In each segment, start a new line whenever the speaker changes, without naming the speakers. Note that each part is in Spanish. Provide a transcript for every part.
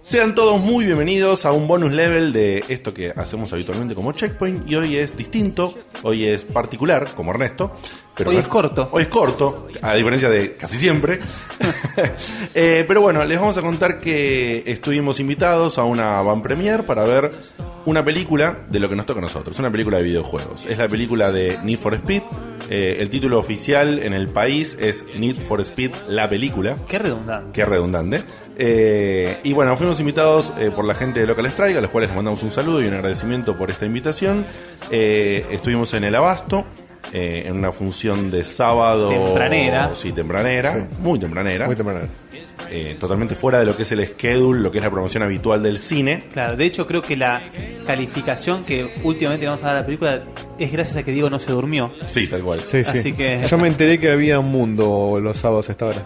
Sean todos muy bienvenidos a un bonus level de esto que hacemos habitualmente como Checkpoint y hoy es distinto, hoy es particular, como Ernesto. Pero
Hoy
no
es corto.
Hoy es corto, a diferencia de casi siempre. Eh, pero bueno, les vamos a contar que estuvimos invitados a una van premier para ver una película de lo que nos toca a nosotros, una película de videojuegos. Es la película de Need for Speed. Eh, el título oficial en el país es Need for Speed, la película.
Qué redundante.
Qué redundante. Eh, y bueno, fuimos invitados eh, por la gente de Local Strike, a los cuales les mandamos un saludo y un agradecimiento por esta invitación. Eh, estuvimos en el Abasto, eh, en una función de sábado.
Tempranera.
Sí, tempranera. Muy tempranera.
Muy temprano.
Eh, totalmente fuera de lo que es el schedule, lo que es la promoción habitual del cine.
Claro, de hecho creo que la calificación que últimamente le vamos a dar a la película es gracias a que Diego no se durmió.
Sí, tal cual.
Sí,
Así
sí.
que-
Yo me enteré que había un mundo los sábados a esta hora.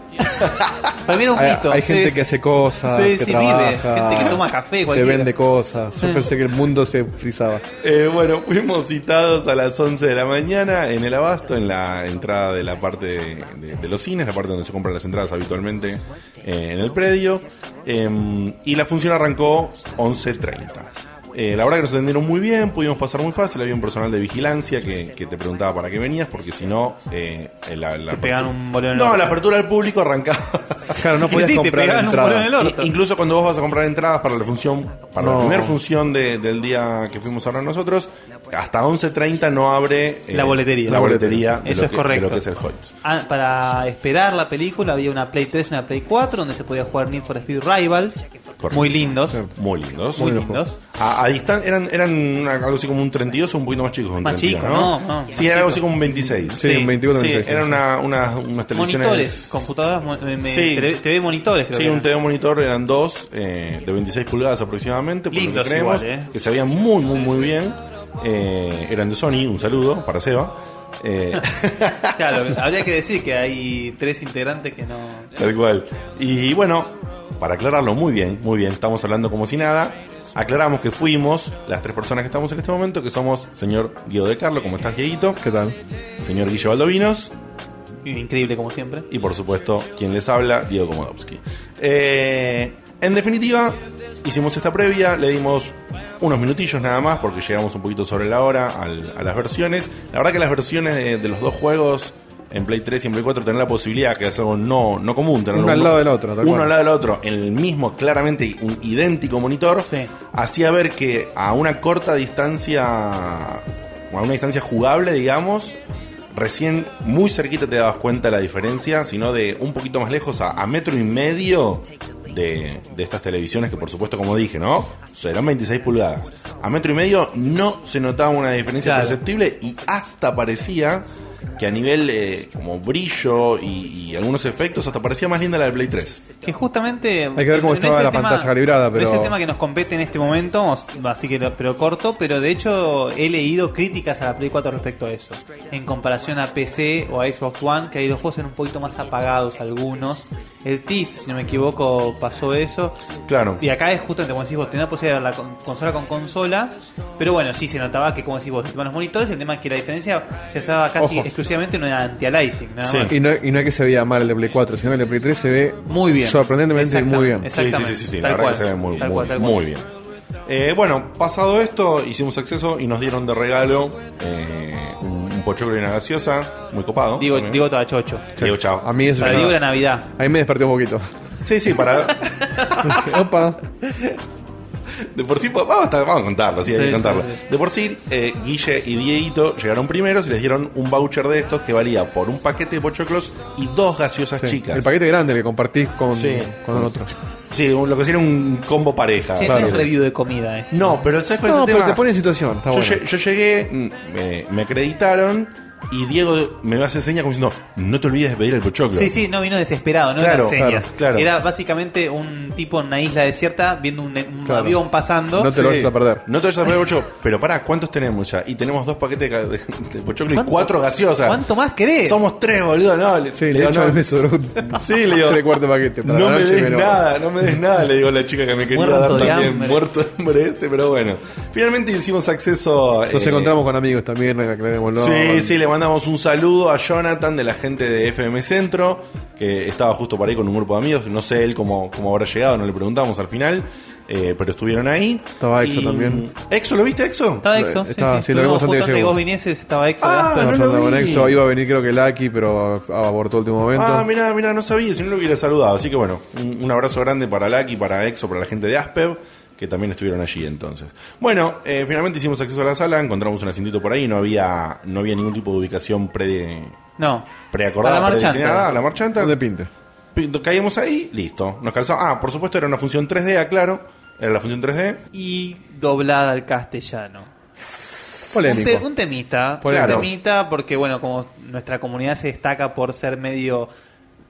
Para mí era un
Hay,
mito.
hay
sí.
gente que hace cosas,
Sí,
que
sí,
trabaja,
vive. Gente que toma café,
te
cualquiera.
vende cosas. Yo pensé que el mundo se frizaba.
Eh, bueno, fuimos citados a las 11 de la mañana en el Abasto, en la entrada de la parte de, de- de los cines, la parte donde se compran las entradas habitualmente eh, en el predio. Em, y la función arrancó 11.30. Eh, la verdad que nos atendieron muy bien, pudimos pasar muy fácil. Había un personal de vigilancia que, que te preguntaba para qué venías, porque si no, eh, la, la
Te pegaban un bolón en el
No,
orto.
la apertura al público arrancaba.
Claro, no
Y
podías
sí, te
comprar
pegaban un bolón en
entradas.
el orto.
I- Incluso cuando vos vas a comprar entradas para la función, para la
No.
primera función de- del día que fuimos ahora nosotros, hasta 11.30 no abre eh,
La boletería.
La boletería. de
Eso
lo
es
que-
correcto.
De lo que es el Hoyts.
Ah, para esperar la película había una Play 3 y una Play 4 donde se podía jugar Need for Speed Rivals.
Correcto.
Muy lindos.
Muy lindos.
Muy
Muy
lindos.
A, distancia eran, eran una- algo así como un 32 o un poquito más chicos. que un
Más
32,
chico, no, no,
sí,
más
era algo
chico.
así como un 26.
Sí,
Sí,
un 21
Sí,
26,
eran
sí.
una- unas- unas televisiones.
Monitores, computadoras, mo- me- me-
Sí.
TV, TV monitores creo
Sí,
que
un
eran.
TV monitor eran dos eh, de 26 pulgadas aproximadamente, por lo
Lindos
que creemos,
igual, ¿eh?
que se veían muy, muy, muy bien. Eh, eran de Sony, un saludo para Seba. Eh,
Claro, habría que decir que hay tres integrantes que no...
tal cual. Y bueno, para aclararlo muy bien, muy bien, estamos hablando como si nada. Aclaramos que fuimos las tres personas que estamos en este momento, que somos señor Guido de Carlo, ¿cómo estás, Dieguito?
¿Qué tal?
Señor Guillo Valdovinos,
Increíble como siempre.
y por supuesto quien les habla, Diego Komodowski. Eh, en definitiva, hicimos esta previa, le dimos unos minutillos nada más porque llegamos un poquito sobre la hora al- a las versiones. La verdad que las versiones de, de los dos juegos en Play 3 y en Play 4 tener la posibilidad, que es algo no, no común, tener
Uno al lado del otro, tal
uno
cual.
al lado del otro, en el mismo claramente un idéntico monitor,
Sí.
hacía ver que a una corta distancia, o a una distancia jugable, digamos, recién muy cerquita te dabas cuenta de la diferencia, sino de un poquito más lejos, a, a metro y medio de, de estas televisiones que por supuesto, como dije, ¿no? Serán 26 pulgadas. A metro y medio no se notaba una diferencia
Claro.
perceptible y hasta parecía que a nivel eh, como brillo y, y algunos efectos, hasta parecía más linda la de Play 3.
Que justamente. Hay
que ver cómo estaba la pantalla calibrada, pero-
es el tema que nos compete en este momento, os- así que lo- pero corto. Pero de hecho, he leído críticas a la Play 4 respecto a eso. En comparación a PC o a Xbox One, que ahí los juegos eran un poquito más apagados algunos. El Thief, si no me equivoco, pasó eso.
Claro.
Y acá es justamente como decís vos, tenés la posibilidad de ver la con- consola con consola, pero bueno, sí se notaba que como decís vos, el tema de los monitores, el tema es que la diferencia se hacía casi
Ojo.
exclusivamente en un anti-aliasing, nada
Sí.
más.
Y no, y no es que se vea mal el de Play 4, sino que el de Play 3 se ve
Muy bien.
sorprendentemente muy bien.
Exactamente.
Sí, sí, sí, sí,
Tal
la verdad
cual.
que se ve muy,
Tal
muy-
cual, tal cual.
muy bien. Eh, bueno, pasado esto, hicimos acceso y nos dieron de regalo eh, un, un pochoclo y una gaseosa, muy copado.
Digo,
también.
digo estaba chocho.
Diego, chao.
A mí eso
Para
ya
Diego
no-
era Navidad.
A mí me desperté un poquito.
Sí, sí, para.
Dije, Opa.
De por sí, vamos a, vamos a contarlo, sí, hay
Sí,
que contarlo.
sí, sí.
De por sí, eh, Guille y Dieguito llegaron primeros y les dieron un voucher de estos que valía por un paquete de pochoclos y dos gaseosas
Sí,
chicas.
El paquete grande que compartís con,
Sí.
con otro.
Sí, un- lo que sería un combo pareja.
Sí,
Claro.
ese es review de comida, eh.
No, pero ¿sabes cuál es
No,
el
pero
tema?
te pone en situación. Está
yo,
bueno.
lle- yo llegué, mm, me, me acreditaron y Diego me hace señas como diciendo, no te olvides de pedir el pochoclo.
Sí, sí, no vino desesperado, no
Claro,
eran señas.
claro, claro.
Era básicamente un tipo en una isla desierta viendo un, un
Claro.
avión pasando.
No te lo
Sí.
vas a perder.
No te vayas a perder el pochoclo. Pero pará, ¿cuántos tenemos ya? Y tenemos dos paquetes de, ca- de- de pochoclo y
¿Cuánto-
cuatro gaseosas.
¿Cuánto más querés?
Somos tres, boludo, no. le-
Sí,
le
de
digo,
hecho
no.
a mí me sobró un-
Sí, le digo.
tres cuartos de paquete. para
No
la
me
noche,
des
pero-
nada, no me des nada, le digo a la chica que me quería
Muerto
dar
de
también
hambre.
muerto de hambre este, pero bueno. Finalmente hicimos acceso.
Nos
eh,
encontramos con amigos también, aclarémoslo.
Sí, sí, le le mandamos un saludo a Jonathan de la gente de FM Centro, que estaba justo para ahí con un grupo de amigos. No sé él cómo, cómo habrá llegado, no le preguntamos al final, eh, pero estuvieron ahí.
Estaba Exo también.
¿Exo lo viste, Exo?
Estaba Exo, sí,
Estaba-
sí.
sí, lo
Estuvimos
vimos antes de
justo antes que
lleguemos.
vos vinieses, estaba Exo.
Ah,
Gasper.
no lo
Fernando
vi.
Conexo. Iba a venir, creo que Lucky, pero abortó el último momento.
Ah, mirá, mirá, no sabía, si no lo hubiera saludado. Así que bueno, un, un abrazo grande para Lucky, para Exo, para la gente de Aspev, que también estuvieron allí entonces. Bueno, eh, finalmente hicimos acceso a la sala, encontramos un asientito por ahí, no había, no había ningún tipo de ubicación pre,
No.
preacordada,
A la marchanta.
prediseñada, a la marchanta.
¿Dónde pinte?
Pinto, Caímos ahí, listo, nos calzamos. Ah, por supuesto era una función 3D, aclaro, era la función 3D.
Y doblada al castellano. Un, te-
Polémico.
un temita.
Polémico.
Un temita porque, bueno, como nuestra comunidad se destaca por ser medio...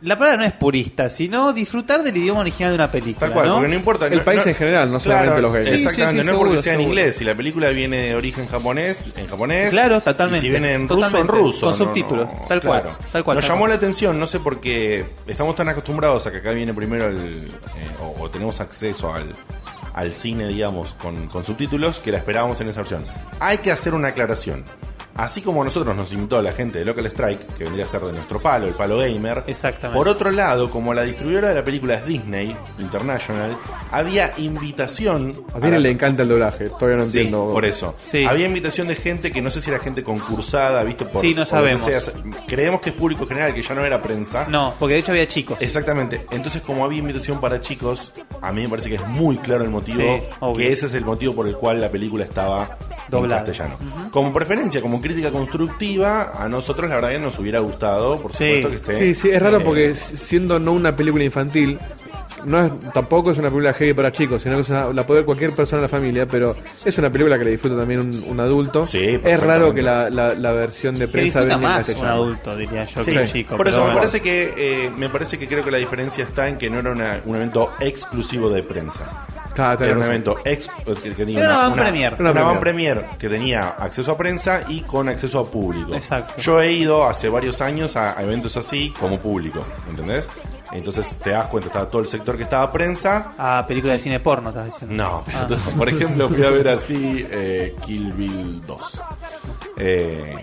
La palabra no es purista, sino disfrutar del idioma original de una película.
Tal cual,
¿no?
porque no importa.
El país en general, no solamente los gays.
Sí,
Exactamente,
sí, sí,
no es porque
seguro,
sea en
seguro.
inglés. Si la película viene de origen japonés, en japonés.
Claro, totalmente,
Y si viene en ruso, en
totalmente,
ruso.
con subtítulos, tal cual, tal cual,
Nos
tal
llamó
cual.
la atención, no sé por qué estamos tan acostumbrados a que acá viene primero el. eh, o, o tenemos acceso al, al cine, digamos, con, con subtítulos, que la esperábamos en esa versión. Hay que hacer una aclaración. Así como a nosotros nos invitó a la gente de Local Strike, que vendría a ser de nuestro palo, el palo gamer.
Exactamente.
Por otro lado, como la distribuidora de la película es Disney International, había invitación.
A Disney le encanta el doblaje, todavía no
Sí,
entiendo.
por eso.
Sí.
Había invitación de gente que no sé si era gente concursada, ¿viste? Por,
Sí, no
por lo que
sabemos.
sea. Creemos que es público general, que ya no era prensa.
No, porque de hecho había chicos.
Exactamente. Entonces, como había invitación para chicos, a mí me parece que es muy claro el motivo,
Sí, obvio.
que ese es el motivo por el cual la película estaba
Doblada.
en castellano. Como preferencia, como crítica constructiva, a nosotros la verdad que nos hubiera gustado, por
Sí.
supuesto que esté.
Sí, sí, es
eh,
raro porque siendo no una película infantil, no es, tampoco es una película heavy para chicos, sino que es una- la puede ver cualquier persona de la familia, pero es una película que le disfruta también un, un adulto.
Sí,
es
perfectamente.
raro que la, la- la versión de
que
prensa
disfruta
venga en
más un
castellano.
adulto, diría yo,
Sí,
que un chico.
por
pero
eso me
bueno.
parece que eh, me parece que creo que la diferencia está en que no era una- un evento exclusivo de prensa.
Está- está
Era un
bien, no sé.
evento ex, eh, que, que tenía
Era una van premier.
Una,
Una
van premier que tenía acceso a prensa y con acceso a público.
Exacto.
Yo he ido hace varios años a, a eventos así como público, ¿entendés? Entonces te das cuenta, estaba todo el sector que estaba prensa.
Ah, película de cine porno, estás diciendo.
No, pero
Ah.
por ejemplo fui a ver así eh, Kill Bill 2. Eh,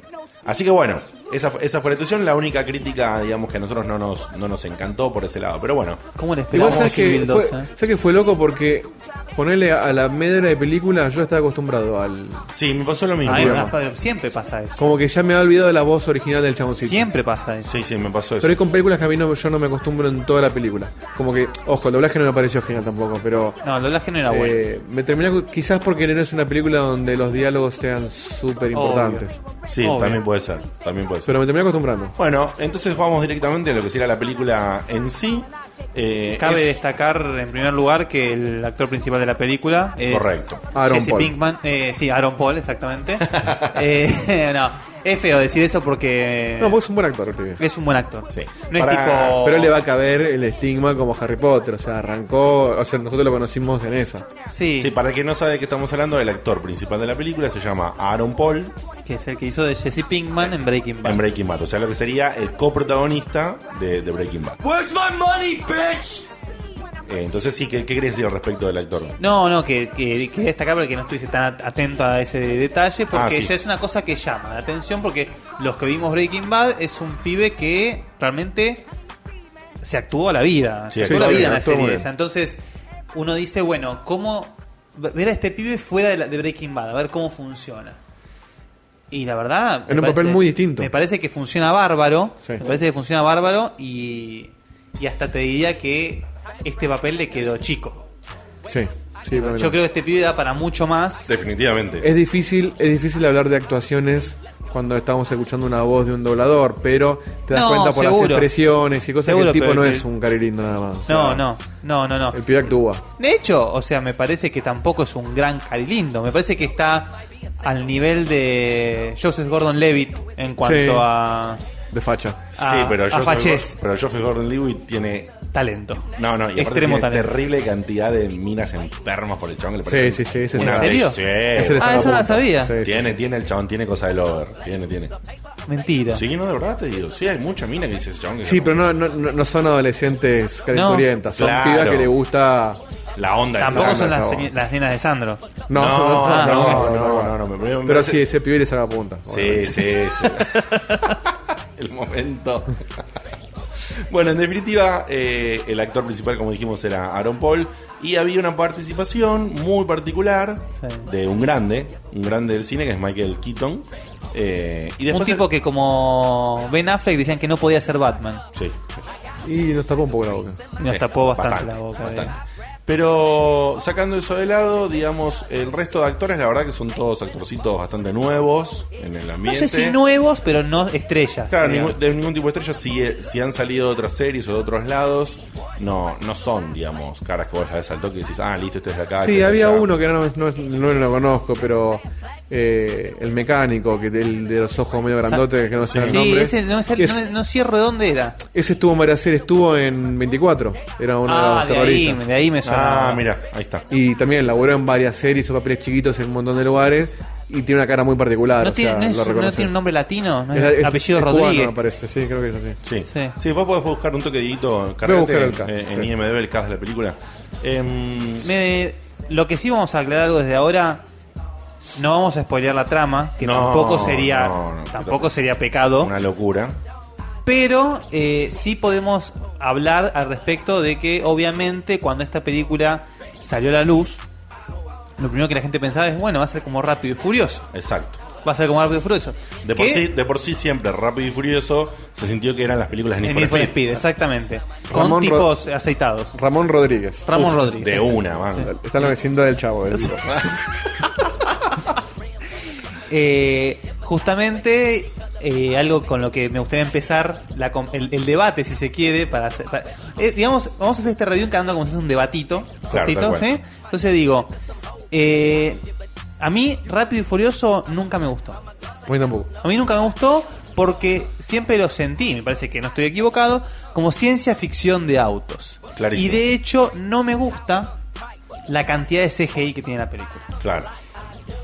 así que bueno, esa, fu- esa fue la situación, la única crítica, digamos, que a nosotros no nos, no nos encantó por ese lado. Pero bueno,
¿Cómo les
Igual
pegamos
sabes
Kill
que,
Bill
fue,
2, eh?
sabes que fue loco porque ponerle a la media hora de película yo estaba acostumbrado al...
sí, me pasó lo mismo.
Ay,
digamos.
Gaspar, siempre pasa eso.
Como que ya me había olvidado de la voz original del chaboncito.
Siempre pasa eso.
Sí, sí, me pasó eso.
Pero hay con películas que a mí no, yo no me acostumbro en toda la película. Como que, ojo, el doblaje no me pareció genial tampoco, pero...
No, el doblaje no era
eh,
Ah, bueno.
me terminé quizás porque no es una película donde los diálogos sean súper importantes.
Obvio.
Sí,
Obvio.
también puede ser, también puede ser.
Pero me terminé acostumbrando.
Bueno, entonces vamos directamente a lo que será la película en sí. Eh,
Cabe
es-
destacar en primer lugar que el actor principal de la película es
Correcto.
Aaron
Jesse
Paul.
Pinkman, eh, sí, Aaron Paul, exactamente. Eh, no, es feo decir eso porque
No, vos es un buen actor, el pibe.
es un buen actor.
Sí.
Eh, No
Para-
es tipo
Pero le va a caber el estigma como Harry Potter. O sea, arrancó... O sea, nosotros lo conocimos en esa.
sí,
Sí, para el que no sabe de qué estamos hablando, el actor principal de la película se llama Aaron Paul
que es el que hizo de Jesse Pinkman en Breaking Bad.
en Breaking Bad. O sea, lo que sería el coprotagonista de, de Breaking Bad.
Where's my money, bitch?
Eh, entonces, sí, ¿qué, ¿qué querés decir al respecto del actor?
No, no, que, que, que destacar para que no estuviese tan at- atento a ese detalle, porque
Ah, sí.
ya es una cosa que llama la atención, porque los que vimos Breaking Bad es un pibe que realmente se actuó a la vida,
Sí,
se actuó
actuó
la
bien,
vida en la
actuó muy
serie
bien.
esa. Entonces, uno dice, bueno, ¿cómo ver a este pibe fuera de, la- de Breaking Bad? A ver cómo funciona. Y la verdad...
En
me
un papel muy distinto.
Me parece que funciona bárbaro,
Sí.
me parece que funciona bárbaro y, y hasta te diría que este papel le quedó chico.
Sí. Sí, para mí
Yo
no.
creo que este pibe da para mucho más.
Definitivamente.
Es difícil, es difícil hablar de actuaciones cuando estamos escuchando una voz de un doblador, pero te das
No,
cuenta por
seguro.
las expresiones y cosas
Seguro,
que el tipo
pero
no
que-
es un cari lindo nada más. o sea,
No, no, no, no, no.
El pibe actúa.
De hecho, o sea, me parece que tampoco es un gran Cari lindo. Me parece que está al nivel de Joseph Gordon Levitt en cuanto
Sí.
a
De facha.
sí,
a-
pero
a Faches.
pero Joseph Gordon-Levitt tiene...
talento.
No, no, y aparte
Extremo
tiene
talento.
terrible cantidad de minas enfermas por el chabón. que le
Sí,
parecen
sí, sí, ese
una
es-
¿En serio?
Sí.
Ese le
Ah,
saca
eso no la
punta.
sabía.
Sí, sí,
Eh, Tiene, tiene el chabón, tiene cosa de lover. Tiene, tiene.
Mentira.
Sí, no, de verdad te digo. Sí, hay mucha mina que dice ese chabón. que
Sí,
se-
pero no, no, no- no son adolescentes calenturientas, son
Claro.
pibas que le gusta
la onda de
Tampoco
Flash.
son las,
no.
señ- las nenas de Sandro.
No,
No,
Ah,
no, no, no, no, me- me-
Pero
me-
sí, ese pibe le saca punta.
Sí, sí, sí. El momento. Bueno, en definitiva, eh, el actor principal, como dijimos, era Aaron Paul. Y había una participación muy particular
Sí.
de un grande, un grande del cine, que es Michael Keaton. Eh, y después
Un tipo que como Ben Affleck decían que no podía ser Batman.
Sí,
Y nos tapó un poco la boca.
Nos
Sí,
tapó bastante, la boca. eh.
bastante. Pero sacando eso de lado, digamos, el resto de actores, la verdad que son todos actorcitos bastante nuevos en el
No
ambiente.
sé si nuevos, pero no estrellas.
Claro,
digamos.
ningún- de ningún tipo de estrella, si, eh, si han salido de otras series o de otros lados, no, no son, digamos, caras que vos ya ves al toque y decís, ah, listo, este es de acá. este es
Sí,
de
había
allá.
uno que no, no, no lo conozco, pero eh, el mecánico, que del, de los ojos medio grandotes, que no sé el
Sí,
nombre.
ese no, me sale-
Es-
no me- no cierro de dónde era.
Ese estuvo en varias series, estuvo en 24. Era uno
Ah,
de
de
los
ahí,
terroristas.
de ahí me suena.
Ah, mira, ahí está.
Y también laboró en varias series, hizo papeles chiquitos en un montón de lugares. Y tiene una cara muy particular.
¿No,
o
tiene,
sea,
no es-
lo
no
reconoces.
tiene un nombre latino? ¿No es
Es- es-
apellido
es cubano,
Rodríguez.
me parece, sí, creo que es así.
Sí.
Sí.
sí. vos podés buscar un toque de Dieguito, cargate
Voy a buscar el cast,
en, eh, en
sí.
IMDb el cast de la película. Em,
Me- lo que sí vamos a aclarar algo desde ahora. No vamos a spoilear la trama, que
No,
tampoco sería
no, no,
tampoco sería pecado,
una locura.
pero eh, sí podemos hablar al respecto de que obviamente cuando esta película salió a la luz, lo primero que la gente pensaba es, bueno, va a ser como Rápido y Furioso,
Exacto.
va a ser como Rápido y Furioso.
De por,
Que-
sí, de por sí siempre, Rápido y Furioso, se sintió que eran las películas de
en
Need for Speed.
Speed, exactamente, con
Ramón Ro-
tipos aceitados.
Ramón Rodríguez.
Ramón
Uf,
Rodríguez.
De una, man.
Está en la vecindad del chavo. el tipo.
Eh, justamente eh, algo con lo que me gustaría empezar la com- el, el debate, si se quiere, para, hacer- para- eh, digamos, vamos a hacer este review quedando como si fuese un debatito,
Claro,
cortito,
tal cual.
¿sí? Entonces digo, eh, a mí Rápido y Furioso nunca me gustó.
A mí tampoco.
A mí nunca me gustó porque siempre lo sentí, me parece que no estoy equivocado, como ciencia ficción de autos.
Clarísimo.
Y de hecho no me gusta la cantidad de CGI que tiene la película.
Claro.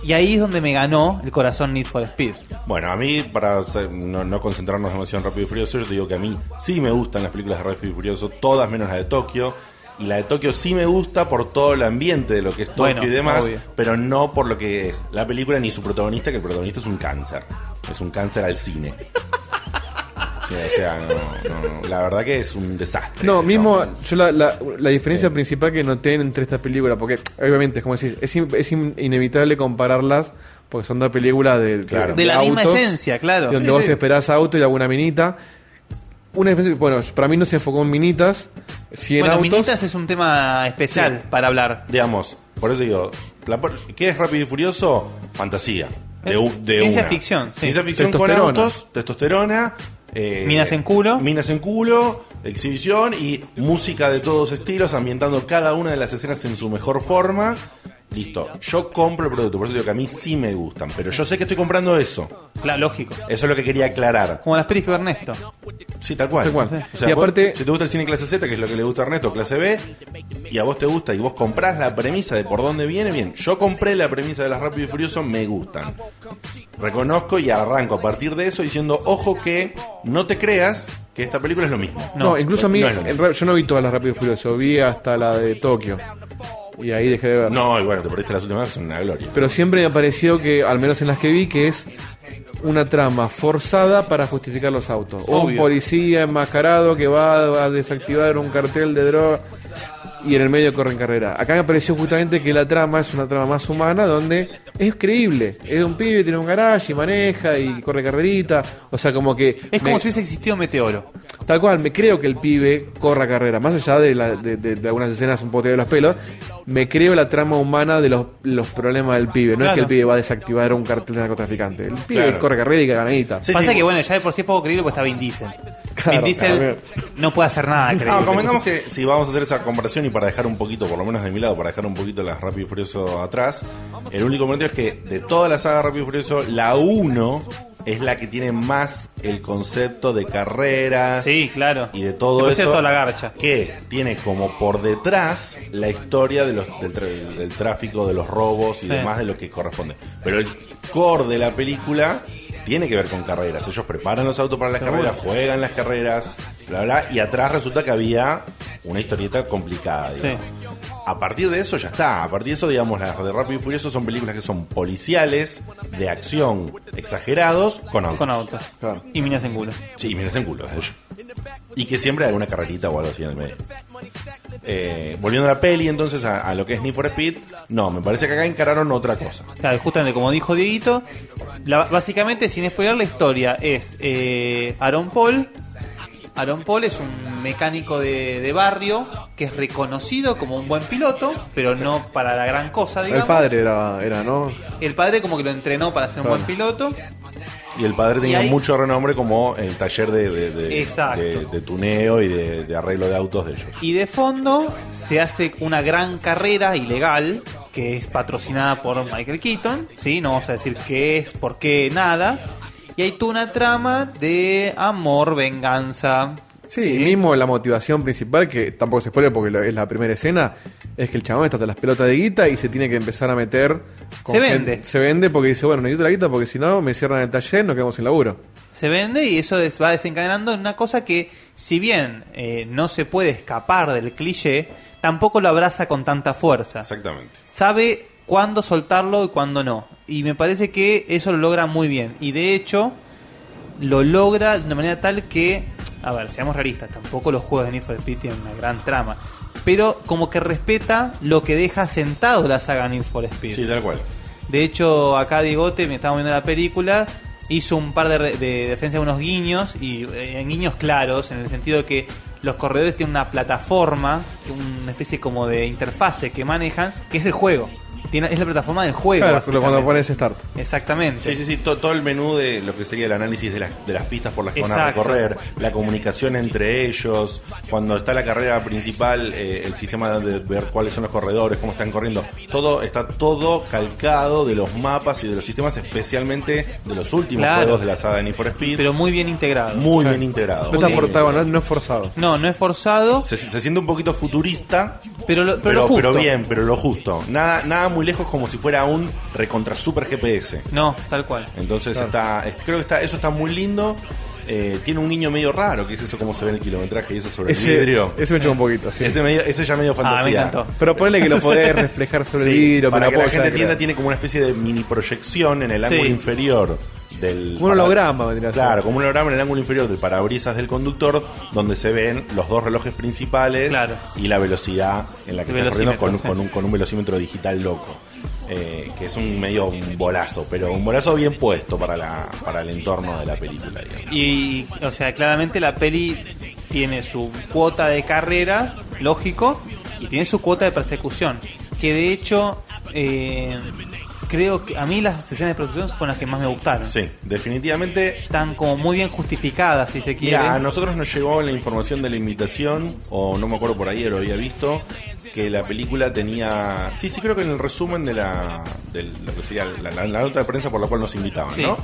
Y ahí es donde me ganó el corazón Need for Speed.
Bueno, a mí, para ser- no, no concentrarnos demasiado en Rápido y Furioso, yo te digo que a mí sí me gustan las películas de Rápido y Furioso, todas menos la de Tokio. Y la de Tokio sí me gusta por todo el ambiente de lo que es Tokio
Bueno,
y demás,
obvio.
pero no por lo que es la película ni su protagonista, que el protagonista es un cáncer. Es un cáncer al cine. Sí, o sea, no, no, no. la verdad que es un desastre.
No,
ese
mismo
chabón.
yo la, la- la diferencia principal que noté entre estas películas, porque obviamente es como decir, es, in- es in- inevitable compararlas porque son dos películas de,
Claro.
De la misma
autos,
esencia, claro.
Donde
Sí,
vos
sí.
te esperás auto y alguna minita. Una diferencia, bueno, para mí no se enfocó en minitas, sí en
Bueno,
autos.
Minitas es un tema especial para hablar.
Digamos, por eso digo, la par- ¿qué es Rápido y Furioso? Fantasía. De, u- de
Ciencia
una.
ficción, sí.
Ciencia ficción con
Testosterona.
autos, testosterona. eh,
Minas en culo.
Minas en culo, exhibición y música de todos estilos, ambientando cada una de las escenas en su mejor forma. Listo, yo compro el producto, por eso digo que a mí sí me gustan, pero yo sé que estoy comprando eso.
Claro, lógico.
Eso es lo que quería aclarar.
Como las pelis que ve Ernesto.
Sí, tal cual.
Tal cual.
O sea,
Y
vos-
aparte-
si te gusta el cine clase Z, que es lo que le gusta a Ernesto, clase B, y a vos te gusta y vos comprás la premisa de por dónde viene, bien. Yo compré la premisa de las Rápido y Furioso, me gustan. Reconozco y arranco a partir de eso diciendo, ojo que no te creas que esta película es lo mismo.
No,
No,
incluso a mí,
no es lo
en ra- yo no vi todas las Rápido y Furioso, vi hasta la de Tokio. Y ahí dejé de ver.
No, y bueno, te perdiste las últimas, es una gloria.
Pero siempre me ha parecido que, al menos en las que vi, que es una trama forzada para justificar los autos. O un
Obvio.
policía enmascarado que va a desactivar un cartel de droga y en el medio corren carrera. Acá me pareció justamente que la trama es una trama más humana donde es creíble. Es un pibe, tiene un garage y maneja y corre carrerita. O sea, como que...
Es como
me-
si hubiese existido Meteoro.
Tal cual, me creo que el pibe corra carrera. Más allá de, la- de- de- de algunas escenas un poco de los pelos, me creo la trama humana de los, los problemas del pibe. No es
Claro.
que el pibe va a desactivar un cartel de narcotraficante. El pibe
Claro.
corre carrera y caga ganadita.
Sí,
Pasa
sí.
que, bueno, ya de por sí es poco creíble porque está Vin Diesel.
Claro,
Vin Diesel
claro.
no puede hacer nada, creo.
Ah, convengamos que si vamos a hacer esa comparación y para dejar un poquito, por lo menos de mi lado, para dejar un poquito las Rápido y Furioso atrás, el único momento es que de toda la saga Rápido y Furioso, la 1 es la que tiene más el concepto de carreras
Sí, claro.
y de todo
Después de
eso.
toda la garcha.
Que tiene como por detrás la historia de los, del, tra- del tráfico, de los robos y
Sí.
demás de lo que corresponde. Pero el core de la película tiene que ver con carreras. Ellos preparan los autos para las carreras, juegan las carreras, bla, bla. Y atrás resulta que había una historieta complicada, digamos. a partir de eso ya está. A partir de eso, digamos, las de Rápido y Furioso son películas que son policiales, de acción, exagerados, con autos.
Con autos.
Claro.
Y minas en culo.
Sí, miren en culo. de hecho. Y que siempre hay alguna carrerita o algo así en el medio. Eh, volviendo a la peli, entonces, a, a lo que es Need for Speed, no, me parece que acá encararon otra cosa.
Claro, justamente como dijo Dieguito, la- básicamente sin spoiler la historia es eh, Aaron Paul. Aaron Paul es un mecánico de, de barrio que es reconocido como un buen piloto, pero no para la gran cosa, digamos.
El padre era, era ¿no?
El padre como que lo entrenó para ser un buen piloto.
Y el padre tenía
Y ahí-
mucho renombre como el taller de, de- de-
Exacto.
de- de tuneo y de, de arreglo de autos de ellos.
Y de fondo se hace una gran carrera ilegal que es patrocinada por Michael Keaton, ¿sí? No vamos a decir qué es, por qué, nada. Y hay toda una trama de amor, venganza.
Sí, y mismo la motivación principal, que tampoco se spoiler porque lo- es la primera escena, es que el chabón está hasta las pelotas de guita y se tiene que empezar a meter. con
Se
gente-
vende.
se vende porque dice, bueno, necesito la guita porque si no me cierran el taller, nos quedamos sin laburo.
se vende y eso des- va desencadenando en una cosa que, si bien eh, no se puede escapar del cliché, tampoco lo abraza con tanta fuerza.
Exactamente.
Sabe cuándo soltarlo y cuándo no. Y me parece que eso lo logra muy bien. Y de hecho, lo logra de una manera tal que, a ver, seamos realistas, tampoco los juegos de Need for Speed tienen una gran trama. Pero como que respeta lo que deja sentado la saga Need for Speed.
Sí, tal cual.
De hecho, acá Digote, me estaba viendo la película, hizo un par de, re- de defensa de unos guiños, y eh, guiños claros, en el sentido de que los corredores tienen una plataforma, una especie como de interfase que manejan, que es el juego. Tiene, es la plataforma del juego.
Claro, pero
básicamente.
cuando pones start.
Exactamente.
Sí, sí, sí, to- todo el menú de lo que sería el análisis de las, de las pistas por las que van a
Exacto.
recorrer, la comunicación entre ellos, cuando está la carrera principal, eh, el sistema de ver cuáles son los corredores, cómo están corriendo, todo está todo calcado de los mapas y de los sistemas, especialmente de los últimos
Claro.
juegos de la saga de Need for Speed,
Pero muy bien integrado.
muy bien integrado.
No está
Muy bien
forzado, no,
integrado.
no es forzado.
No, no es forzado,
Se, se siente un poquito futurista,
pero lo, pero
pero,
lo justo.
pero bien, pero lo justo. Nada, nada muy lejos como si fuera un recontra super GPS.
No, tal cual.
Entonces está, es- creo que está, eso está muy lindo. Eh, tiene un niño medio raro, que es eso como se ve en el kilometraje y eso sobre
Ese,
el vidrio.
ese me chocó un poquito, sí.
Ese, medio- ese ya medio fantasía.
encantó.
Pero ponle que lo podés reflejar sobre
Sí,
el vidrio,
para
pero
que la
apoya,
gente
claro.
entienda, tiene como una especie de mini proyección en el
Sí.
ángulo inferior del.
Un holograma, vendría a ser.
Claro, como un holograma en el ángulo inferior del parabrisas del conductor, donde se ven los dos relojes principales
Claro.
y la velocidad en la que
El
está corriendo con,
velocímetro, sí.
con un, con un velocímetro digital loco. Eh, que es un medio un bolazo, pero un bolazo bien puesto para, la, para el entorno de la película. digamos.
Y, o sea, claramente la peli tiene su cuota de carrera, lógico, y tiene su cuota de persecución. Que de hecho, eh, creo que a mí las escenas de persecución fueron las que más me gustaron.
Sí, definitivamente
Están como muy bien justificadas, si se quiere.
Mira, a nosotros nos llegó la información de la invitación, o no me acuerdo por ahí, lo había visto, que la película tenía. Sí, sí, creo que en el resumen de la. de lo que sería la, la- la nota de prensa por la cual nos invitaban,
Sí.
¿no?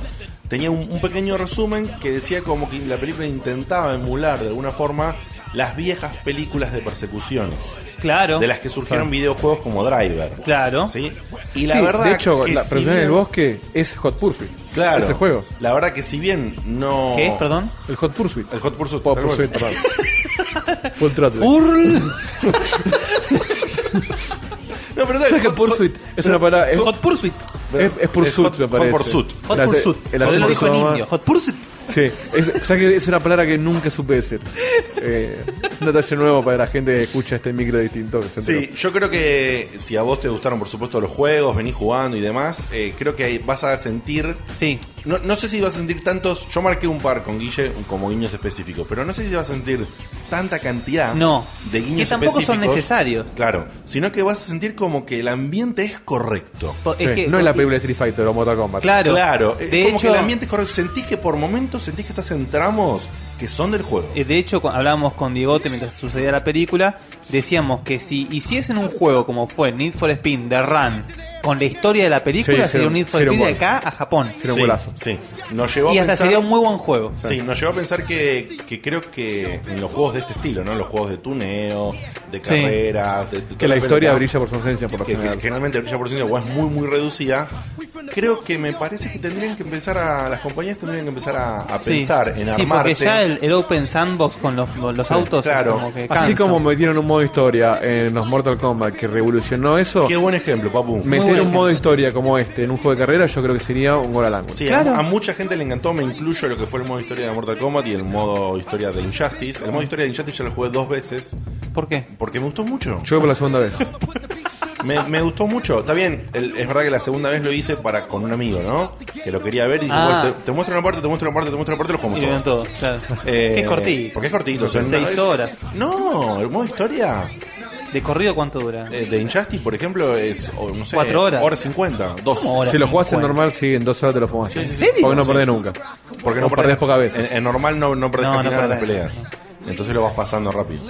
Tenía un, un pequeño resumen que decía como que la película intentaba emular de alguna forma las viejas películas de persecuciones,
claro.
de las que surgieron videojuegos como Driver.
Claro.
¿sí? Y la
Sí,
verdad.
de hecho,
que
la
si
persona en el
bien-
bosque es Hot Pursuit.
Claro.
Ese juego.
La verdad que si bien no.
¿Qué es, perdón?
El Hot Pursuit.
El Hot Pursuit,
Hot
tal cual.
Pursuit, perdón. Full Throttle.
No, pero
¿Sabes que Pursuit es una palabra? Es,
Hot Pursuit.
es, es Pursuit,
Es hot-
me parece.
hot pursuit.
Hot
El ace-
Pursuit.
el
Porque lo
acento
dijo en
sonoma-
indio. Hot Pursuit.
Sí, es, ¿sabes que es una palabra que nunca supe decir. Eh, es un detalle nuevo para la gente que escucha este micro distinto. Que se
Sí,
enteró.
yo creo que si a vos te gustaron, por supuesto, los juegos, venís jugando y demás, eh, creo que ahí vas a sentir.
Sí.
No, no sé si vas a sentir tantos. Yo marqué un par con Guille como guiños específicos, pero no sé si vas a sentir tanta cantidad
No,
de guiños
que tampoco son
específicos.
necesarios.
Claro, sino que vas a sentir como que el ambiente es correcto.
Po-
Sí,
es que-
no es la película de Street Fighter o Mortal Kombat.
Claro.
Claro, es
de
como
hecho,
que el ambiente es correcto. Sentís que por momentos sentís que estás en tramos que son del juego.
Eh, De hecho, cu- hablábamos con Diegote mientras sucedía la película. Decíamos que si hiciesen un juego como fue Need for Speed The Run con la historia de la película,
Sí,
sería un
sería-
Need for
sería un
Speed de
buen.
acá a Japón.
Sería un
sí,
golazo.
sí. Nos llevó
Y
a
hasta
pensar-
sería un muy buen juego.
Sí, nos llevó a pensar que, que creo que en los juegos de este estilo, ¿no? Los juegos de tuneo, de
Sí.
carreras. de- de
Que
toda
la historia
pelota,
brilla por su ausencia, por lo
Que, que
general.
generalmente brilla por ciento o es muy, muy reducida. Creo que me parece que tendrían que empezar a. Las compañías tendrían que empezar a, a
Sí.
pensar en
Sí,
armarte.
porque ya el, el Open Sandbox con los, los autos
claro.
como que
Así
cansa.
como metieron un modo historia en los Mortal Kombat que revolucionó eso,
Qué buen ejemplo, papu.
meter
buen
un modo historia como este en un juego de carrera yo creo que sería un gol al ángulo.
Sí,
Claro.
a, a mucha gente le encantó, me incluyo lo que fue el modo historia de Mortal Kombat y el modo historia de Injustice. El modo historia de Injustice ya lo jugué dos veces
¿Por qué?
porque me gustó mucho.
Yo voy por la segunda vez.
Me, me gustó mucho. Está bien, el- es verdad que la segunda vez lo hice para con un amigo, ¿no? Que lo quería ver y dijo,
Ah.
"Bueno, te, te muestro una parte, te muestro una parte, te muestro una parte, lo jugamos
Y lo
todo".
ven todo. Claro.
Eh,
que es cortito.
Porque es cortito, son
Seis
una vez-
horas.
No, el modo historia
¿De corrido cuánto dura?
eh, de Injustice, por ejemplo, es, o, no sé,
Cuatro horas.
Hora 50, dos.
¿Cómo hora
Si lo jugás en
50?
normal, sí, en dos horas te lo jugás.
¿En
serio?
Porque no
Sí.
perdés nunca.
Porque
O
no
perdés pocas veces.
En, en normal no, no perdés
No,
casi
no
nada en las
perdés.
peleas. Entonces lo vas pasando rápido.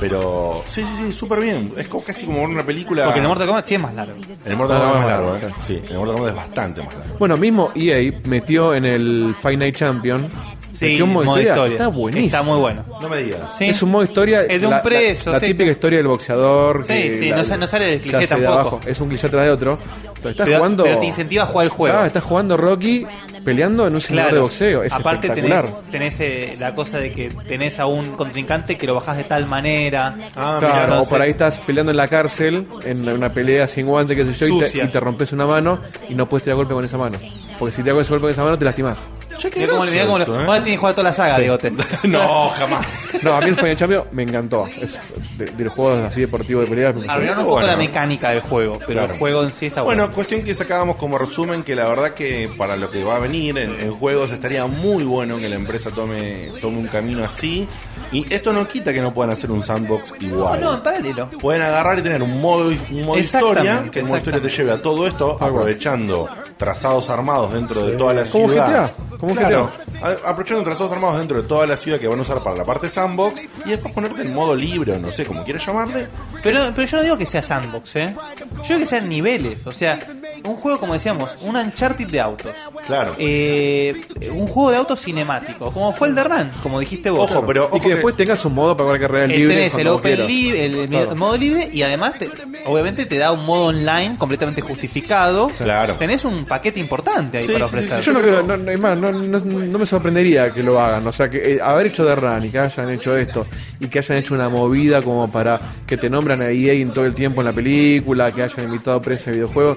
Pero sí, sí, sí, súper bien. Es como- casi como ver una película.
ah.
Porque el Mortal Kombat sí es más largo.
En el Mortal Kombat
No,
es más
no,
largo,
no,
¿eh? Sí, en el Mortal Kombat es bastante más largo.
Bueno, mismo EA metió en el Final Night Champion
Sí,
metió un modo
modo
historia.
historia.
Está buenísimo.
Está muy bueno.
No me digas.
Sí.
Es un modo historia.
Es de un
la- la-
preso,
La,
sí,
típica
está-
historia del boxeador.
Sí,
que
sí,
la-
no sa- no sale del
se
cliché
hace de
tampoco.
abajo. Es un cliché tras de otro. Pero estás
Pero-
jugando.
pero te incentiva a jugar el juego.
Ah, estás jugando Rocky peleando en un simulador de boxeo. Es
Aparte
espectacular.
tenés, tenés eh, la cosa de que tenés a un contrincante que lo bajás de tal manera.
Ah,
Claro,
mirá,
entonces-
o por ahí estás peleando en la cárcel, en la- una pelea sin guante, qué sé yo, y te,
Sucia.
y te rompes una mano y no puedes tirar golpe con esa mano. Porque si te hago ese golpe con esa mano, te lastimás.
Che, qué
Mirá cómo le- mirá cómo le-
gracioso,
Ahora tienes que jugar toda la saga, Diegote.
¿eh? No, jamás.
No, a mí el Final Champion me encantó. Es de, de los juegos así deportivos de peleas. me pareció-
Arruinaron un poco
Bueno.
la mecánica del juego, pero
Claro.
el juego en sí está bueno.
Bueno, cuestión que sacábamos como resumen que la verdad que para lo que va a venir en, en juegos estaría muy bueno que la empresa tome, tome un camino así. Y esto no quita que no puedan hacer un sandbox igual.
no, en paralelo.
Pueden agarrar y tener un modo, un modo
Exactamente,
historia, que el modo historia te lleve a todo esto, aprovechando trazados armados dentro de toda la
Como
ciudad.
GTA, como
Claro, a- aprovechando trazados armados dentro de toda la ciudad que van a usar para la parte sandbox y después ponerte en modo libre o no sé, como quieras llamarle.
Pero, pero yo no digo que sea sandbox, ¿eh? Yo digo que sean niveles. O sea, un juego, como decíamos, un Uncharted de autos.
Claro.
Eh, un juego de autos cinemático, como fue el de Run, como dijiste vos.
Ojo, pero
y
ojo
que después tengas un modo para jugar carrera
El
libre.
Eh, tenés el
cuando
open
quieras.
libre, el, el
Claro.
modo libre y además te- obviamente te da un modo online completamente justificado.
Claro.
Tenés un paquete importante ahí
Sí,
para
sí, sí,
ofrecer.
Yo no creo, no, no, es más, no, no- no me sorprendería que lo hagan. O sea, que eh, haber hecho de Run y que hayan hecho esto y que hayan hecho una movida como para que te nombran a EA en todo el tiempo en la película, que hayan invitado prensa de videojuegos.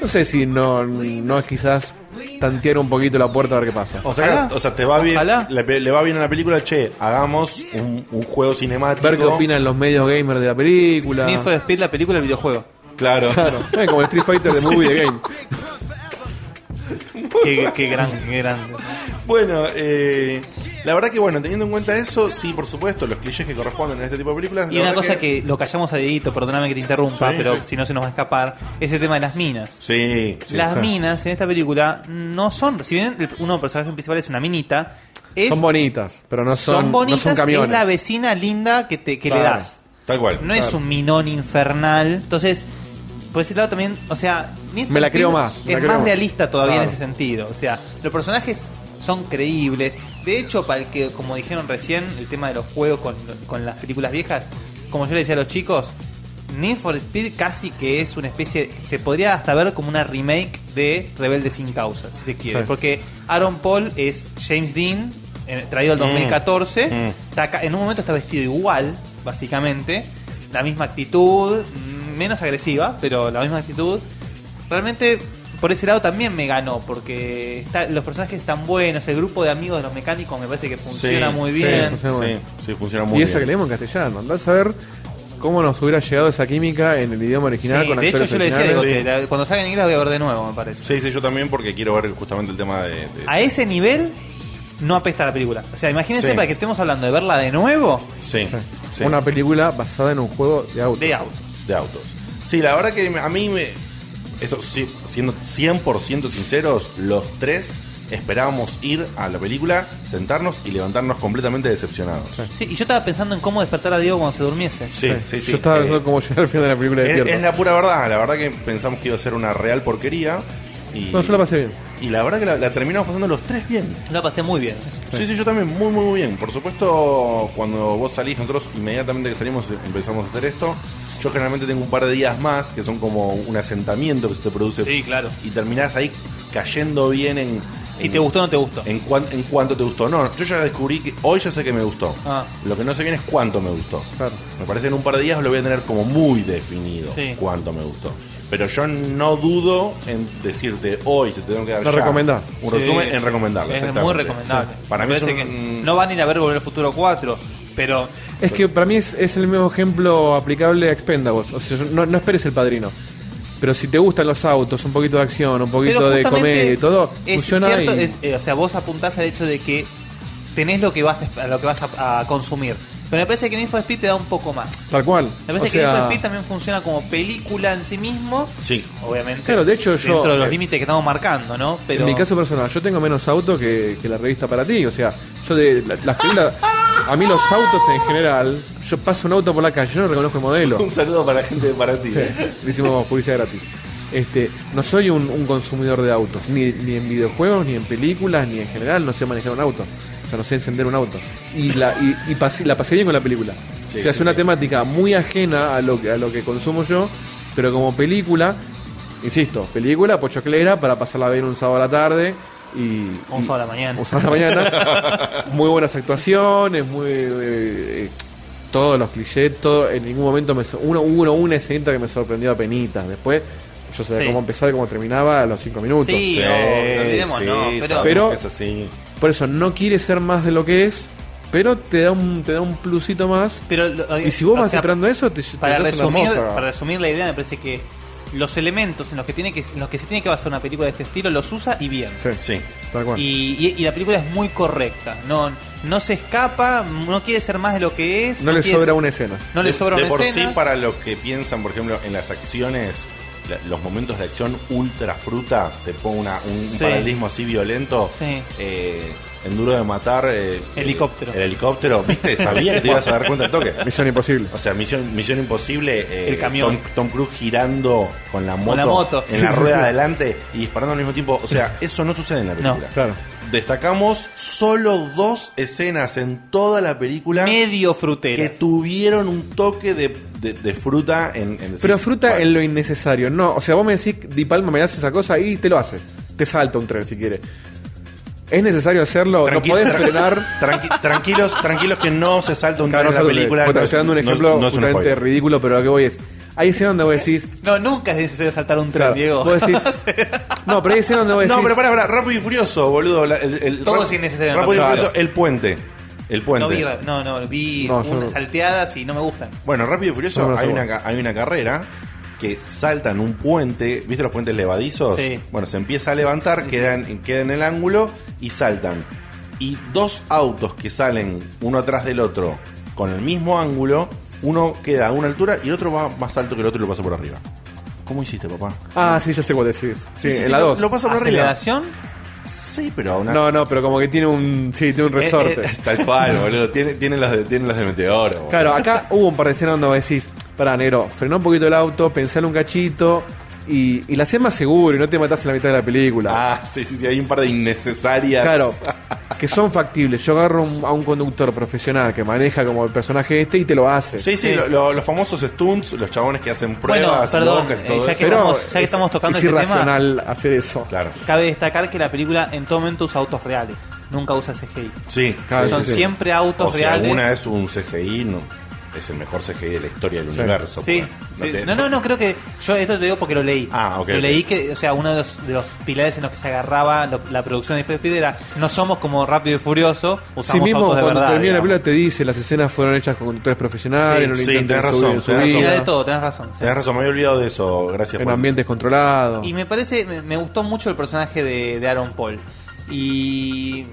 No sé si no, no es quizás tantear un poquito la puerta a ver qué pasa.
O sea,
Ojalá.
o sea, te va bien,
Ojalá.
le, le va bien a la película, che, hagamos un, un juego cinemático.
Ver qué opinan los medios gamers de la película.
Need for Speed, la película, el videojuego.
Claro.
Eh, como el Street Fighter de Movie de Game.
qué, qué gran, qué grande.
Bueno, eh, la verdad que bueno, teniendo en cuenta eso, sí, por supuesto, los clichés que corresponden en este tipo de películas.
Y
la
una
verdad
cosa que... lo callamos a Dieguito, perdóname que te interrumpa,
Sí,
pero
sí.
si no se nos va a escapar, es el tema de las minas.
Sí, sí.
las
Sí.
minas en esta película no son, si bien el- uno de los personajes principales es una minita, es,
Son bonitas, pero no son,
son bonitas,
no son camiones.
es la vecina linda que, te, que le
Claro.
das.
Tal cual.
No es un minón infernal. Entonces, por ese lado también, o sea, Need for
Me la creo
Speed
más, me
es
la creo
más
más.
realista todavía
Claro.
en ese sentido. O sea, los personajes son creíbles. De hecho, para el que, como dijeron recién, el tema de los juegos con, con las películas viejas, como yo le decía a los chicos, Need for Speed casi que es una especie, se podría hasta ver como una remake de Rebelde sin causa, si se quiere.
Sí.
Porque Aaron Paul es James Dean, eh, traído al 2014. Está acá- en un momento está vestido igual, básicamente. La misma actitud, mm, menos agresiva, pero la misma actitud. Realmente, por ese lado también me ganó, porque está- los personajes están buenos, el grupo de amigos de los mecánicos me parece que funciona
Sí,
muy
sí,
bien.
funciona muy
Sí,
bien.
sí, funciona muy
Y esa que
bien.
leemos en castellano. Andás a ver cómo nos hubiera llegado esa química en el idioma original
Sí,
con
de hecho,
actores
yo le decía,
originales.
digo,
originales.
que la- cuando salga en inglés la voy a ver de nuevo, me parece.
Sí, sí, yo también porque quiero ver justamente el tema de. de-
A ese nivel no apesta la película. O sea, imagínense
Sí.
para que estemos hablando de verla de nuevo
sí, sí.
Una película basada en un juego de auto.
de auto.
de autos. Sí, la verdad que a mí me. Esto, sí, siendo 100% sinceros, los tres esperábamos ir a la película, sentarnos y levantarnos completamente decepcionados.
Sí, y yo estaba pensando en cómo despertar a Diego cuando se durmiese.
Sí, sí, sí.
Yo estaba
Eh,
pensando cómo llegar al final de la película de
es,
Tierra.
es la pura verdad. La verdad que pensamos que iba a ser una real porquería. Y,
No, yo la pasé bien.
y la verdad que la, la terminamos pasando los tres bien.
La pasé muy bien.
Sí, sí, yo también, muy, muy, muy bien. Por supuesto, cuando vos salís, nosotros inmediatamente que salimos empezamos a hacer esto. Yo generalmente tengo un par de días más, que son como un asentamiento que se te produce.
Sí, claro.
Y terminás ahí cayendo bien en...
Si
en-
te gustó o no te gustó.
En, cuan- en cuánto te gustó. No, yo ya descubrí que hoy ya sé que me gustó.
Ah.
Lo que no sé bien es cuánto me gustó.
Claro.
Me parece que en un par de días lo voy a tener como muy definido
Sí.
cuánto me gustó. Pero yo no dudo en decirte hoy, te tengo que dar
Lo
ya
recomendás.
un
Sí,
resumen
sí.
en recomendarlo.
Es muy
exactamente.
recomendable.
Sí. Para
Me
mí es
parece
un-
que no van a ir a ver Volver al Futuro 4, pero
Es que para mí es, es el mismo ejemplo aplicable a Expendables. O sea, no, no esperes el padrino. Pero si te gustan los autos, un poquito de acción, un poquito
Pero
de
justamente
comedia y todo,
es
funciona
cierto,
y-
es- eh, o sea, vos apuntás al hecho de que tenés lo que vas a, a lo que vas a, a consumir. Pero me parece que Need for Speed te da un poco más.
tal cual.
Me parece
O
que Need
sea,
for Speed también funciona como película en sí mismo.
Sí.
Obviamente.
Claro, de hecho, yo-
Dentro de los
eh,
límites que estamos marcando, ¿no? Pero.
En mi caso personal, yo tengo menos autos que, que la revista para ti. O sea, yo de la- las películas. A mí los autos en general, yo paso un auto por la calle, yo no reconozco el modelo.
Un saludo para la gente de Paraty. ¿eh?
Sí, le hicimos publicidad gratis. Este, no soy un, un consumidor de autos, ni, ni en videojuegos, ni en películas, ni en general, no sé manejar un auto. O sea, no sé encender un auto. Y la, y, y pas- la pasé bien con la película.
Sí,
o sea, es
sí,
una
sí.
temática muy ajena a lo, que- a lo que consumo yo, pero como película, insisto, película pochoclera para pasarla bien un sábado a la tarde y...
Un
y-
sábado a la mañana.
un sábado a la mañana. muy buenas actuaciones, muy... eh, eh, todos los clichés, todo, en ningún momento me so- uno, uno una escenita que me sorprendió a penitas. Después yo sabía
Sí.
cómo empezaba y cómo terminaba a los cinco minutos.
Sí, no, no olvidemos, no, pero-
sabemos
Pero-
que es así.
Por eso no quiere ser más de lo que es, pero te da un, te da un plusito más.
Pero, lo-
y si vos
o
vas
sea,
esperando eso, te, te
para
llevas una
resumir,
hermosa.
para resumir la idea, me parece que los elementos en los que tiene que, en los que se tiene que basar una película de este estilo los usa y bien.
Sí,
Sí.
tal cual.
Y, y- y la película es muy correcta. No, no se escapa, no quiere ser más de lo que es.
no le
quiere
sobra
ser-
una escena.
No le
De-
sobra
de,
una
por
escena.
sí, para los que piensan, por ejemplo, en las acciones, la- los momentos de acción ultra fruta, te pongo una- un, un
Sí.
paralelismo así violento.
Sí.
eh, en duro de matar. eh,
Helicóptero.
eh, el helicóptero, viste, sabía que te ibas a dar cuenta del toque.
Misión imposible.
O sea, Misión, Misión Imposible, eh,
El camión.
Tom, Tom Cruise girando con la moto,
la moto.
en
Sí,
la
sí,
rueda
sí.
adelante y disparando al mismo tiempo. O sea, eso no sucede en la película.
claro.
Destacamos solo dos escenas en toda la película
Medio
que
frutero.
tuvieron un toque de, de- de fruta en, en decir,
Pero fruta
bueno,
en lo innecesario. No, o sea, vos me decís, Di Palma me hace esa cosa y te lo hace. Te salta un tren si quiere. Es necesario hacerlo,
tranqui-
no podés
tra-
frenar.
tranqui- tranquilos, tranquilos que no se salta un
Claro,
tren en la
nosotros-
película. no
bueno, te
es-
estoy dando un
no es-
ejemplo
no es un
justamente
spoiler.
ridículo, pero a lo que voy es. Hay escenas donde vos decís.
No, nunca es necesario saltar un tren,
claro,
Diego.
vos decís- no, pero hay escenas donde vos decís.
No, pero pará, pará, rápido y furioso, boludo. la- el, el-
Todo
Rap-
es innecesario,
Rápido y
claro.
furioso, el puente. El puente.
No vi, no, no, vi
No, yo
unas
no.
salteadas y no me gustan.
Bueno, Rápido y Furioso
No, no sé
hay,
vos.
una, ca- hay una carrera que saltan un puente, ¿viste los puentes levadizos?
Sí.
Bueno, se empieza a levantar, quedan, queda en el ángulo y saltan. Y dos autos que salen uno atrás del otro con el mismo ángulo, uno queda a una altura y el otro va más alto que el otro y lo pasa por arriba. ¿Cómo hiciste, papá?
Ah, sí, ya sé cuál decís. Sí, en la
lo-
2.
Lo pasa por arriba.
¿Aceleración?
Sí, pero a una...
No, no, pero como que tiene un. Sí, tiene un
Eh, eh,
resorte.
tal cual, boludo. Tiene, tiene los de, tiene los de meteoro. boludo.
Claro, acá hubo un par de escenas donde vos decís, pará, negro, frená un poquito el auto, pensale un cachito y, y la hacés más seguro y no te matás en la mitad de la película.
Ah, sí, sí, sí. Hay un par de innecesarias.
Claro, que son factibles. Yo agarro un- a un conductor profesional que maneja como el personaje este y te lo hace.
Sí, sí, lo- lo- los famosos stunts, los chabones que hacen
Bueno,
pruebas,
perdón,
locas y
eh,
todo
ya
eso.
que, estamos, ya que
es-
estamos tocando
es
este tema,
irracional hacer eso.
Claro.
cabe destacar que la película en todo momento usa autos reales. Nunca usa CGI.
Sí,
Claro,
sí,
Son
sí.
sí.
siempre autos
O si
reales.
alguna es un CGI, no, es el mejor CGI de la historia del universo.
Sí,
pues.
sí.
te-
No, no, no, creo que. Yo esto te digo porque lo leí.
Ah, ok,
Lo
ok.
leí que, o sea, uno de los, de los pilares en los que se agarraba lo- la producción de Need for Speed era: no somos como Rápido y Furioso,
Sí
usamos
mismo
autos de
cuando
verdad.
termina la
digamos.
película te dice las escenas fueron hechas con conductores profesionales,
Sí,
no lo
sí,
intenten
tenés
subir
razón,
en su
tenés
vida,
Mira de todo, tenés razón. sí.
Tenés razón, me había olvidado de eso. Gracias
en
por.
ambientes controlados.
Y me parece, me, me gustó mucho el personaje de, de Aaron Paul. Y.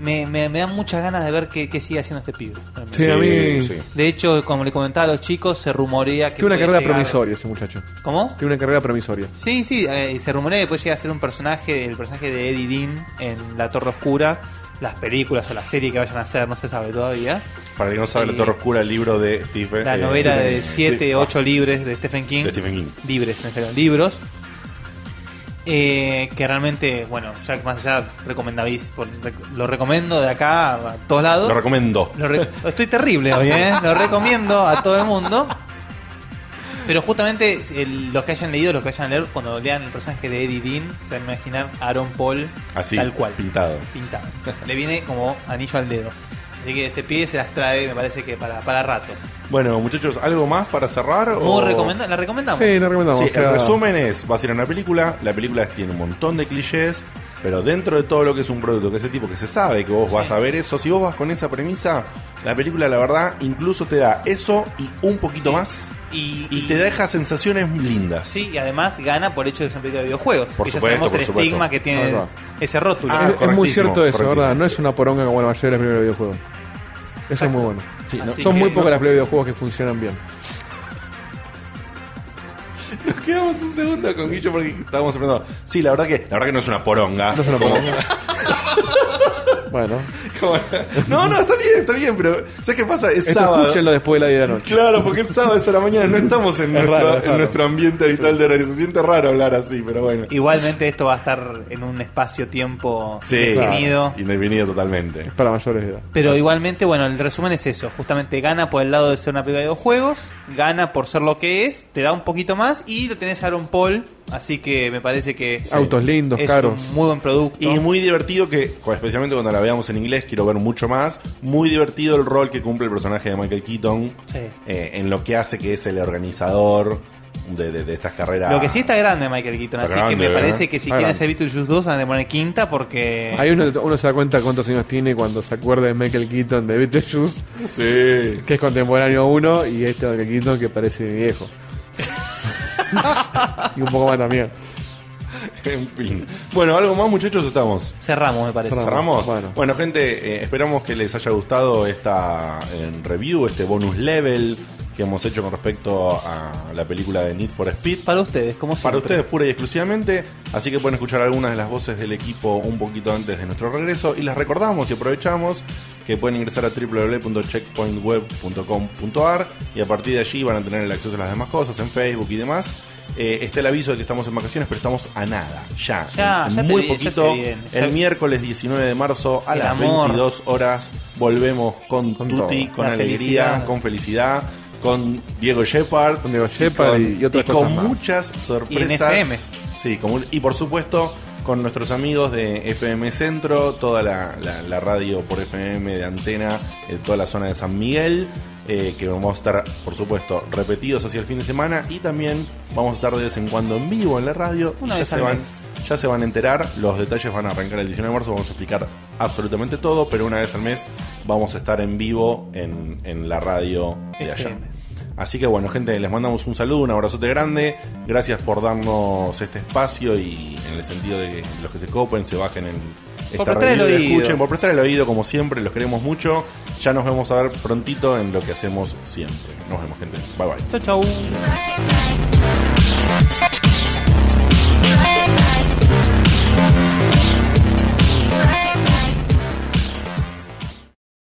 Me, me, me dan muchas ganas de ver qué, qué sigue haciendo este pibe.
Sí, a mí-
sí.
De hecho, como le comentaba a los chicos, se rumorea que.
Tiene una
puede
carrera
llegar-
promisoria ese muchacho.
¿Cómo?
Tiene una carrera promisoria.
Sí, sí, eh, se rumorea que puede llegar a ser un personaje, el personaje de Eddie Dean en La Torre Oscura, las películas o la serie que vayan a hacer, no se sabe todavía.
Para quien no sabe, La
Sí.
Torre Oscura, el libro de Stephen.
La
eh,
novela
Stephen
de
King.
7,
Ah,
8 libres de Stephen King.
De Stephen King.
Libres, en general, libros. Eh, que realmente, bueno, ya que más allá, recomendabis, por- rec- lo recomiendo de acá a todos lados.
Lo recomiendo.
Lo re- Estoy terrible hoy, ¿eh? Lo recomiendo a todo el mundo. Pero justamente el- los que hayan leído, los que hayan leído, cuando lean el personaje de Eddie Dean, se van a imaginar a Aaron Paul
Así,
tal cual.
Ah, pintado.
Pintado. Le viene como anillo al dedo. Así que este pie se las trae, me parece que para, para rato.
Bueno, muchachos, ¿algo más para cerrar?
Muy
o-
recomenda- ¿La recomendamos?
Sí, lo recomendamos.
Sí,
o sea,
el resumen es, vas a ir a una película, la película tiene un montón de clichés, pero dentro de todo lo que es un producto que ese tipo que se sabe que vos vas a ver eso, si vos vas con esa premisa, la película la verdad incluso te da eso y un poquito más
Y,
y te deja sensaciones lindas.
Sí, y además gana por hecho de que es una película de videojuegos.
Por
que
supuesto,
ya sabemos
por
el
supuesto.
estigma que
Ahí
tiene
va.
ese rótulo.
Ah,
es- es, muy
correctísimo,
cierto eso,
correctísimo.
¿verdad? No es una poronga como la mayoría de las primeros videojuegos. Eso es muy bueno.
Sí, no-
Así
Son
que-
muy pocas las play videojuegos que funcionan bien.
Nos quedamos un segundo con Guillo porque estábamos aprendiendo. Sí, la verdad que, la verdad que no es una poronga. No es una poronga.
Bueno,
no, no, está bien, está bien, pero ¿sabes qué pasa? Es
esto
sábado.
escúchenlo después de la 10 de la noche.
Claro, porque es sábado es a la mañana, no estamos en, nuestro,
raro, es
en
raro.
nuestro ambiente habitual de horario. Se siente raro hablar así, pero bueno.
Igualmente esto va a estar en un espacio-tiempo
Sí,
definido.
claro, indefinido totalmente.
Para mayores de edad.
Pero igualmente, bueno, el resumen es eso. Justamente gana por el lado de ser una película de videojuegos, gana por ser lo que es, te da un poquito más y lo tenés a Aaron Paul. Así que me parece que
Autos lindos,
es
caros.
un muy buen producto.
Y muy divertido que, especialmente cuando la veamos en inglés, quiero ver mucho más. Muy divertido el rol que cumple el personaje de Michael Keaton
Sí.
eh, en lo que hace que es el organizador de, de- de estas carreras.
Lo que sí está grande Michael Keaton, así
Está
que me
grande,
parece
¿eh?
que si
Está
quieren
grande.
hacer Beetlejuice 2 van a poner quinta porque...
Ahí uno, uno se da cuenta cuántos años tiene cuando se acuerda de Michael Keaton de Beetlejuice,
Sí.
que es contemporáneo a uno, y este Michael Keaton que parece viejo. y un poco más también.
En fin. Bueno, algo más, muchachos, estamos.
Cerramos, me parece.
Cerramos.
¿Cerramos? Bueno,
Bueno.
gente, eh, esperamos que les haya gustado esta eh, review, este bonus level que hemos hecho con respecto a la película de Need for Speed.
Para ustedes, como siempre.
Para ustedes pura y exclusivamente, así que pueden escuchar algunas de las voces del equipo un poquito antes de nuestro regreso y les recordamos y aprovechamos que pueden ingresar a www.checkpointweb.com.ar y a partir de allí van a tener el acceso a las demás cosas en Facebook y demás. Eh, está el aviso de que estamos en vacaciones, pero estamos a nada, ya,
Ya,
en
ya te
muy
vi- ya
poquito.
se viene, ya-
el miércoles 19 de marzo a
El
las
amor.
22 horas volvemos con,
Con
Tuti,
todo.
con
La
alegría,
felicidad.
con felicidad, con Diego Shepard,
Con Diego Shepard
con-
y- y otras
con
cosas más.
muchas sorpresas.
Y en FM.
Sí, como un- y por supuesto con nuestros amigos de FM Centro, toda la, la- la radio por FM de antena, eh, toda la zona de San Miguel, eh, que vamos a estar, por supuesto, repetidos hacia el fin de semana y también vamos a estar de vez en cuando en vivo en la radio.
Una
Ya
vez
se
al
van-
mes.
ya se van a enterar, los detalles van a arrancar el 19 de marzo, vamos a explicar absolutamente todo, pero una vez al mes vamos a estar en vivo en, en la radio de allá.
FM.
Así que bueno, gente, les mandamos un saludo, un abrazote grande. Gracias por darnos este espacio y en el sentido de que los que se copen, se bajen en esta
prestar el
review y
oído.
escuchen, por prestar el oído, como siempre, los queremos mucho. Ya nos vemos a ver prontito en lo que hacemos siempre. Nos vemos, gente. Bye bye.
Chau, chau.